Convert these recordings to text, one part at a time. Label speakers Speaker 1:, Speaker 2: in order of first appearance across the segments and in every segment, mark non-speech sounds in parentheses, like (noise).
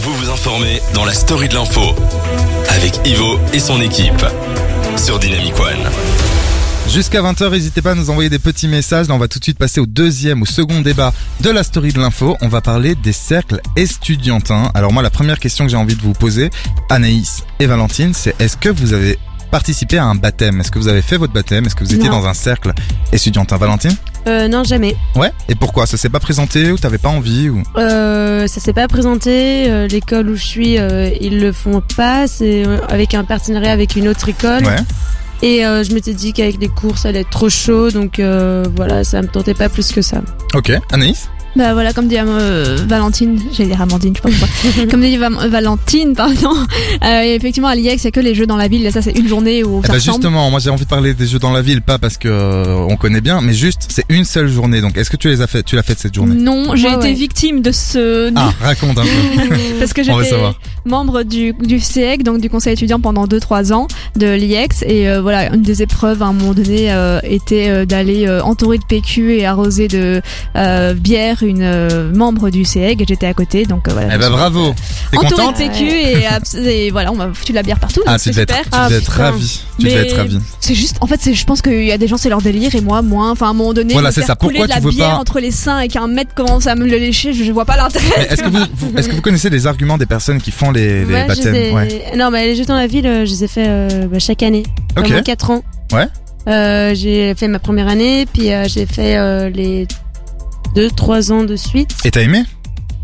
Speaker 1: vous vous informez dans la story de l'info avec Ivo et son équipe sur Dynamic One.
Speaker 2: Jusqu'à 20h, n'hésitez pas à nous envoyer des petits messages. Là, on va tout de suite passer au deuxième, au second débat de la story de l'info. On va parler des cercles estudiantins. Alors moi, la première question que j'ai envie de vous poser, Anaïs et Valentine, c'est est-ce que vous avez participé à un baptême Est-ce que vous avez fait votre baptême Est-ce que vous étiez
Speaker 3: Non.
Speaker 2: dans un cercle étudiantin Valentine
Speaker 3: Euh, non, jamais.
Speaker 2: Ouais. Et pourquoi Ça s'est pas présenté ou t'avais pas envie ou...
Speaker 3: Euh, ça s'est pas présenté. euh, L'école où je suis, euh, ils le font pas. C'est euh, avec un partenariat avec une autre école.
Speaker 2: Ouais.
Speaker 3: Et euh, je m'étais dit qu'avec les cours, ça allait être trop chaud. Donc euh, voilà, ça me tentait pas plus que (laughs) ça.
Speaker 2: Ok. Anaïs
Speaker 4: Bah voilà, comme dit euh, Valentine, j'allais dire Amandine, je sais pas
Speaker 3: (laughs)
Speaker 4: pourquoi. comme dit Vam- Valentine, pardon. Euh, et effectivement, à l'IEX, il y a que les jeux dans la ville. Et ça, c'est une journée où
Speaker 2: Eh
Speaker 4: ça
Speaker 2: ben
Speaker 4: ressemble.
Speaker 2: justement, moi j'ai envie de parler des jeux dans la ville, pas parce que euh, on connaît bien, mais juste c'est une seule journée. Donc est-ce que tu les as fait Tu l'as fait cette journée
Speaker 4: Non, j'ai
Speaker 3: Ah, Ouais,
Speaker 4: été
Speaker 3: ouais.
Speaker 4: victime de ce.
Speaker 2: Ah, raconte un peu.
Speaker 4: Parce que
Speaker 2: On veut
Speaker 4: j'étais
Speaker 2: savoir.
Speaker 4: membre du, du CIEC, donc du conseil étudiant pendant 2-3 ans de l'IEX. Et euh, voilà, une des épreuves à un moment donné euh, était euh, d'aller euh, entourer de PQ et arroser de euh, bière une euh, membre du CIEC. Et j'étais à côté, donc euh, voilà.
Speaker 2: Eh ben bravo. T'es
Speaker 4: entourée
Speaker 2: contente
Speaker 4: de PQ et, abs- et voilà, on m'a foutu de la bière partout.
Speaker 2: Ah,
Speaker 4: donc
Speaker 2: tu
Speaker 4: c'est
Speaker 2: devais être,
Speaker 4: super.
Speaker 2: tu
Speaker 3: Ah,
Speaker 2: devais être
Speaker 3: putain.
Speaker 2: ravi. Tu
Speaker 4: Mais-
Speaker 2: devais être
Speaker 3: (laughs)
Speaker 2: ravi.
Speaker 4: C'est juste, en fait, c'est, je pense qu'il y a des gens, c'est leur délire et moi, moins. Enfin, à un moment donné,
Speaker 2: Voilà,
Speaker 4: me
Speaker 2: c'est
Speaker 4: faire
Speaker 2: ça.
Speaker 4: couler
Speaker 2: Pourquoi
Speaker 4: de la
Speaker 2: tu veux
Speaker 4: bière
Speaker 2: pas-
Speaker 4: entre les seins et qu'un mec commence à me le lécher, je, je vois pas l'intérêt.
Speaker 2: Mais est-ce que vous, vous- est-ce que vous connaissez les arguments des personnes qui font les, les
Speaker 3: Ouais, je
Speaker 2: baptêmes
Speaker 3: les ai- Non, mais les jeux dans la ville, euh, je les ai fait euh, bah, chaque année.
Speaker 2: Ok.
Speaker 3: Pendant 4 ans.
Speaker 2: Ouais.
Speaker 3: Euh, j'ai fait ma première année, puis euh, j'ai fait euh, les 2-3 ans de suite.
Speaker 2: Et t'as aimé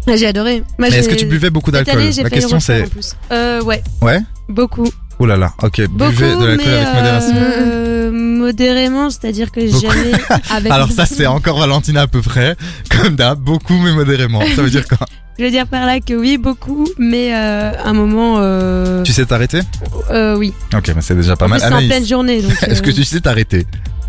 Speaker 3: Ah, J'ai adoré. Moi,
Speaker 2: Mais est-ce
Speaker 3: j'ai-
Speaker 2: que tu buvais beaucoup
Speaker 3: cette
Speaker 2: d'alcool
Speaker 3: année, j'ai
Speaker 2: La
Speaker 3: failli
Speaker 2: question
Speaker 3: le refaire,
Speaker 2: c'est.
Speaker 3: en plus. Euh, ouais.
Speaker 2: Ouais
Speaker 3: Beaucoup.
Speaker 2: Oh là là, ok,
Speaker 3: Beaucoup,
Speaker 2: buvez de l'alcool
Speaker 3: mais
Speaker 2: avec modération.
Speaker 3: euh, modérément, c'est-à-dire que
Speaker 2: Beaucoup.
Speaker 3: jamais.
Speaker 4: (laughs) Avec-
Speaker 2: Alors ça c'est encore Valentina à peu près, comme d'hab, beaucoup mais modérément. Ça veut dire quoi
Speaker 3: Je veux dire par là que oui, beaucoup, mais euh, à un moment, euh,
Speaker 2: Tu sais t'arrêter
Speaker 3: euh, oui.
Speaker 2: Ok, mais c'est déjà pas
Speaker 3: En plus,
Speaker 2: mal.
Speaker 3: c'est en
Speaker 2: Anaïs,
Speaker 3: pleine journée. donc,
Speaker 2: (laughs) est-ce que
Speaker 3: euh,
Speaker 2: tu sais t'arrêter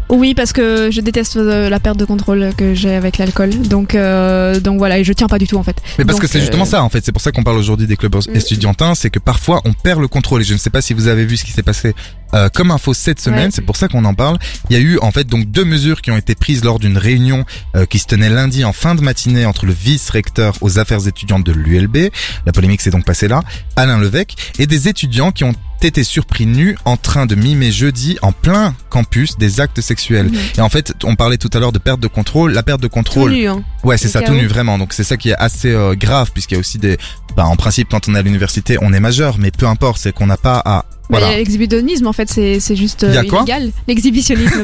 Speaker 4: Oui, parce que je déteste euh, la perte de contrôle que j'ai avec l'alcool. Donc, euh, donc voilà, et je tiens pas du tout en fait.
Speaker 2: Mais parce
Speaker 4: Donc,
Speaker 2: que c'est
Speaker 4: euh, Mm.
Speaker 2: justement ça en fait, c'est pour ça qu'on parle aujourd'hui des clubs estudiantins, c'est que parfois on perd le contrôle et je ne sais pas si vous avez vu ce qui s'est passé euh, comme info cette semaine,
Speaker 4: Ouais.
Speaker 2: c'est pour ça qu'on en parle. Il y a eu en fait donc deux mesures qui ont été prises lors d'une réunion euh, qui se tenait lundi en fin de matinée entre le vice-recteur aux affaires étudiantes de l'ULB, la polémique s'est donc passée là, Alain Levesque, et des étudiants qui ont été surpris nus en train de mimer jeudi en plein campus des actes sexuels.
Speaker 4: Mhm.
Speaker 2: Et en fait, on parlait tout à l'heure de perte de contrôle, la perte de
Speaker 3: tout
Speaker 2: contrôle.
Speaker 3: nu, hein.
Speaker 2: Ouais, c'est
Speaker 3: Le
Speaker 2: ça, tout
Speaker 3: chaos.
Speaker 2: nu, vraiment. Donc c'est ça qui est assez euh, grave, puisqu'il y a aussi des... Bah, en principe, quand on est à l'université, on est majeur, mais peu importe, c'est qu'on n'a pas à...
Speaker 4: Mais
Speaker 2: Voilà.
Speaker 4: l'exhibitionnisme en fait, c'est, c'est juste euh,
Speaker 2: Il y a quoi
Speaker 4: illégal. L'exhibitionnisme,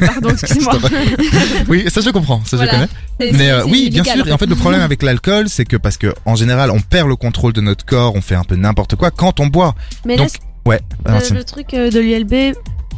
Speaker 2: (laughs)
Speaker 4: pardon, excuse-moi.
Speaker 2: oui, ça je comprends, ça
Speaker 4: Voilà.
Speaker 2: je connais.
Speaker 4: (laughs) C'est-
Speaker 2: Mais
Speaker 4: c'est-
Speaker 2: euh,
Speaker 4: c'est
Speaker 2: oui, bien
Speaker 4: illégal,
Speaker 2: sûr. Et en fait, le problème avec l'alcool, c'est que parce que en général, on perd le contrôle de notre corps, on fait un peu n'importe quoi quand on boit.
Speaker 3: Mais
Speaker 2: Donc, ah,
Speaker 3: là, c'est-
Speaker 2: Ouais.
Speaker 3: euh,
Speaker 2: Valentine.
Speaker 3: le truc euh, de l'ULB,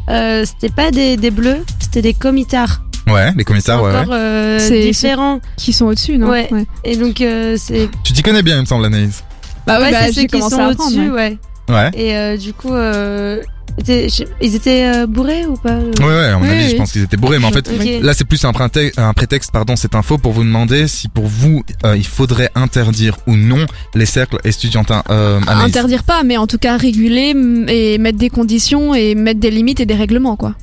Speaker 3: euh, c'était pas des, des bleus, c'était des comitards.
Speaker 2: Ouais, les
Speaker 3: C'est
Speaker 2: commissaires, Ah ouais, ouais.
Speaker 3: encore euh,
Speaker 4: C'est-
Speaker 3: différent.
Speaker 4: Qui sont au-dessus, non
Speaker 3: Ouais. Et donc, euh, c'est.
Speaker 2: Tu t'y connais bien, il me semble, Anaïs.
Speaker 4: Bah ouais,
Speaker 3: ouais,
Speaker 4: bah,
Speaker 3: c'est
Speaker 4: j'ai
Speaker 3: ceux qui
Speaker 4: commencé
Speaker 3: sont
Speaker 4: à apprendre.
Speaker 3: au-dessus,
Speaker 4: ouais.
Speaker 3: ouais.
Speaker 2: Ouais.
Speaker 3: Et euh, du coup, euh, c'était- je- ils étaient euh, bourrés ou pas le-
Speaker 2: Ouais, ouais, à mon
Speaker 4: Oui,
Speaker 2: avis,
Speaker 4: oui.
Speaker 2: je pense qu'ils étaient bourrés, mais en fait,
Speaker 3: Ok.
Speaker 2: Là, c'est plus un, prétexte- un prétexte, pardon, cette info pour vous demander si pour vous, euh, il faudrait interdire ou non les cercles estudiantins. Euh, Anaïs.
Speaker 4: Interdire pas, mais en tout cas réguler m- et mettre des conditions et mettre des limites et des règlements, quoi.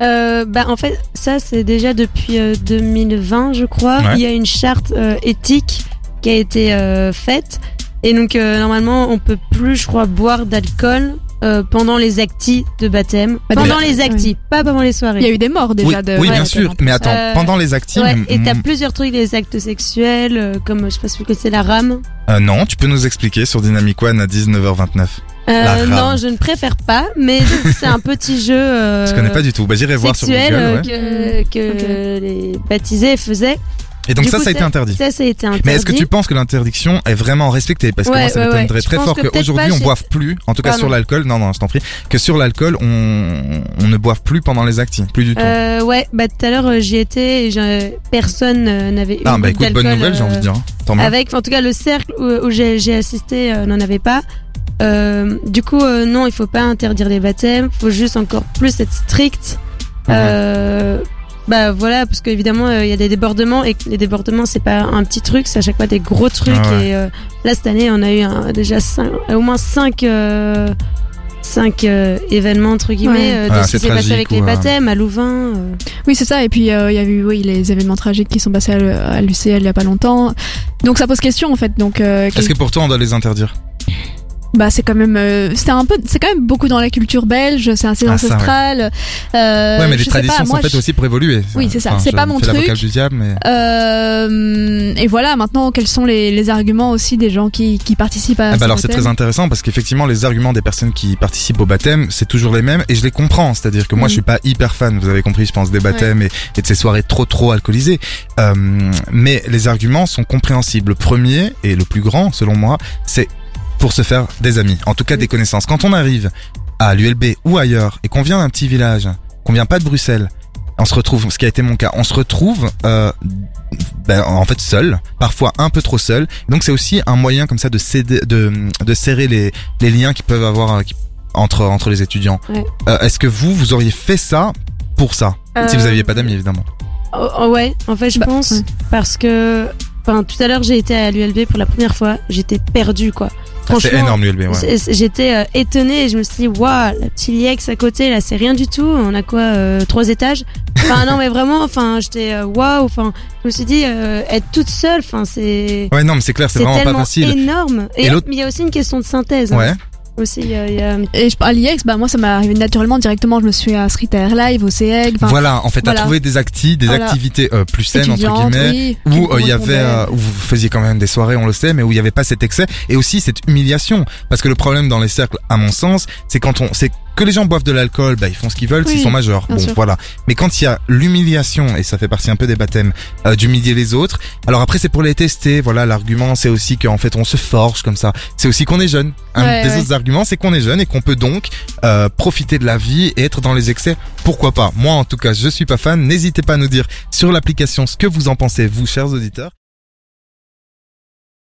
Speaker 3: Euh, bah, en fait, ça, c'est déjà depuis euh, 2020, je crois.
Speaker 2: Ouais.
Speaker 3: Il y a une charte euh, éthique qui a été euh, faite. Et donc, euh, normalement, on peut plus, je crois, boire d'alcool euh, pendant les actis de baptême.
Speaker 4: Bah,
Speaker 3: pendant
Speaker 4: mais-
Speaker 3: les actis, pas pendant les soirées.
Speaker 4: Il y a eu des morts déjà
Speaker 2: oui,
Speaker 4: de.
Speaker 2: oui,
Speaker 4: ouais,
Speaker 2: bien
Speaker 4: de-
Speaker 2: sûr. Mais attends,
Speaker 3: Euh,
Speaker 2: pendant les actifs,
Speaker 3: Ouais, et
Speaker 2: mm.
Speaker 3: t'as plusieurs trucs, les actes sexuels, euh, comme euh, je sais pas si vous connaissez la rame.
Speaker 2: euh, non, tu peux nous expliquer sur Dynamic One à 19h29.
Speaker 3: Euh,
Speaker 2: La rame.
Speaker 3: Non, je ne préfère pas, mais du coup, c'est un petit
Speaker 2: (laughs)
Speaker 3: jeu euh,
Speaker 2: Je connais pas du tout. Bah, j'irai voir sur
Speaker 3: sexuel
Speaker 2: Google.
Speaker 3: euh,
Speaker 2: ouais.
Speaker 3: que, que les baptisés faisaient.
Speaker 2: Et donc
Speaker 3: du
Speaker 2: ça,
Speaker 3: coup,
Speaker 2: ça a été
Speaker 3: c'est-
Speaker 2: interdit.
Speaker 3: Ça, ça a été interdit.
Speaker 2: Mais est-ce que tu penses que l'interdiction est vraiment respectée Parce que
Speaker 3: Ouais,
Speaker 2: moi, ça
Speaker 3: ouais,
Speaker 2: m'étonnerait
Speaker 3: ouais. Je
Speaker 2: très
Speaker 3: pense
Speaker 2: fort
Speaker 3: que peut-être
Speaker 2: qu'aujourd'hui,
Speaker 3: pas
Speaker 2: on
Speaker 3: chez-
Speaker 2: boive plus, en tout cas
Speaker 3: Pardon.
Speaker 2: sur l'alcool, non, non, je t'en prie, que sur l'alcool, on, on ne boive plus pendant les actifs, plus du tout.
Speaker 3: Euh, ouais, bah tout à l'heure euh, j'y étais et j'ai- personne euh, n'avait eu.
Speaker 2: ah,
Speaker 3: une
Speaker 2: bah
Speaker 3: goutte
Speaker 2: écoute, bonne
Speaker 3: d'alcool,
Speaker 2: nouvelle, j'ai envie de
Speaker 3: euh,
Speaker 2: dire. hein. Tant mieux.
Speaker 3: Avec, enfin, en tout cas, le cercle où, où j'ai j'ai assisté euh, n'en avait pas. Euh, du coup, euh, non, il faut pas interdire les baptêmes. Faut juste encore plus être strict.
Speaker 2: Mhm.
Speaker 3: Euh, bah voilà, parce qu'évidemment euh, il y a des débordements et que les débordements c'est pas un petit truc, c'est à chaque fois des gros trucs.
Speaker 2: Ah ouais.
Speaker 3: Et euh, là cette année on a eu un- déjà cinq- euh, au moins 5 cinq euh, événements entre guillemets
Speaker 4: Ouais.
Speaker 3: euh,
Speaker 2: Ah,
Speaker 3: de ce
Speaker 2: c'est
Speaker 3: qui s'est passé
Speaker 2: tragique,
Speaker 3: avec
Speaker 2: ou,
Speaker 3: les
Speaker 2: euh,
Speaker 3: baptêmes à Louvain. euh.
Speaker 4: Oui, c'est ça. Et puis, euh, il y a eu oui, les événements tragiques qui sont passés à, l'U- à l'UCL il y a pas longtemps. Donc, ça pose question, en fait. Donc, euh,
Speaker 2: Est-ce que pour toi, on doit les interdire
Speaker 4: bah c'est quand même euh, c'est un peu c'est quand même beaucoup dans la culture belge c'est assez
Speaker 2: Ah, ça, ouais.
Speaker 4: ancestral euh,
Speaker 2: ouais, mais
Speaker 4: je
Speaker 2: les
Speaker 4: sais
Speaker 2: traditions
Speaker 4: pas, moi,
Speaker 2: sont faites
Speaker 4: je-
Speaker 2: aussi pour évoluer.
Speaker 4: Oui, c'est ça.
Speaker 2: Enfin,
Speaker 4: C'est
Speaker 2: je
Speaker 4: pas
Speaker 2: me
Speaker 4: mon
Speaker 2: fais l'avocat
Speaker 4: truc.
Speaker 2: du diable, mais.
Speaker 4: Euh, et voilà maintenant quels sont les, les arguments aussi des gens qui, qui participent à
Speaker 2: Ah
Speaker 4: ce
Speaker 2: bah alors c'est
Speaker 4: baptême.
Speaker 2: très intéressant parce qu'effectivement les arguments des personnes qui participent au baptême c'est toujours les mêmes et je les comprends c'est-à-dire que moi
Speaker 4: Mhm.
Speaker 2: je suis pas hyper fan vous avez compris je pense des baptêmes et, et de ces soirées trop trop alcoolisées Euh, mais les arguments sont compréhensibles le premier et le plus grand selon moi c'est pour se faire des amis en tout cas des connaissances quand on arrive à l'ULB ou ailleurs et qu'on vient d'un petit village qu'on vient pas de Bruxelles on se retrouve, ce qui a été mon cas, on se retrouve euh, ben, en fait seul, parfois un peu trop seul. Donc c'est aussi un moyen comme ça de, céder, de, de serrer les, les liens qu'ils peuvent avoir euh, qui- entre, entre les étudiants.
Speaker 3: Ouais.
Speaker 2: Euh, Est-ce que vous, vous auriez fait ça pour ça Si vous
Speaker 3: Euh,
Speaker 2: aviez pas d'amis, évidemment.
Speaker 3: Oh, oh ouais, en fait, je
Speaker 4: Bah,
Speaker 3: pense
Speaker 4: ouais.
Speaker 3: parce que, enfin, tout à l'heure, j'ai été à l'ULB pour la première fois. J'étais perdue, quoi.
Speaker 2: Ah, C'est
Speaker 3: Franchement,
Speaker 2: énorme l'ULB, ouais.
Speaker 3: c'est- c'est- j'étais euh, étonnée et je me suis dit, waouh, la petite Liex à côté, là, c'est rien du tout. On a quoi, euh, trois étages Enfin, non, mais vraiment, enfin, j'étais euh, waouh. Enfin, je me suis dit, euh, être toute seule, enfin, c'est.
Speaker 2: Ouais, non, mais c'est clair, c'est
Speaker 3: C'est
Speaker 2: vraiment pas
Speaker 3: tellement
Speaker 2: facile.
Speaker 3: énorme. Et,
Speaker 2: Et l'autre-
Speaker 3: mais il y a aussi une question de synthèse. hein.
Speaker 2: Ouais.
Speaker 3: Aussi, il y a- il y a-
Speaker 4: et je, à l'IEX bah moi ça m'est arrivé naturellement directement je me suis inscrite à Air Live au E CEG enfin,
Speaker 2: Voilà, en fait, t'as
Speaker 4: voilà.
Speaker 2: trouvé des acti, des
Speaker 4: Voilà.
Speaker 2: activités euh, plus saines, entre
Speaker 4: étudiante,
Speaker 2: guillemets,
Speaker 4: oui, qui
Speaker 2: où
Speaker 4: me
Speaker 2: euh, il y avait
Speaker 4: correspondait.
Speaker 2: euh, où vous faisiez quand même des soirées on le sait mais où il n'y avait pas cet excès et aussi cette humiliation parce que le problème dans les cercles à mon sens c'est quand on c'est que les gens boivent de l'alcool bah ils font ce qu'ils veulent s'ils
Speaker 4: Oui,
Speaker 2: sont majeurs
Speaker 4: bien
Speaker 2: bon
Speaker 4: sûr.
Speaker 2: voilà mais quand il y a l'humiliation et ça fait partie un peu des baptêmes euh, d'humilier les autres alors après c'est pour les tester voilà l'argument c'est aussi qu'en fait on se forge comme ça c'est aussi qu'on est jeune un
Speaker 4: Ouais,
Speaker 2: des
Speaker 4: ouais.
Speaker 2: autres arguments c'est qu'on est jeune et qu'on peut donc euh, profiter de la vie et être dans les excès pourquoi pas moi en tout cas je suis pas fan n'hésitez pas à nous dire sur l'application ce que vous en pensez vous chers auditeurs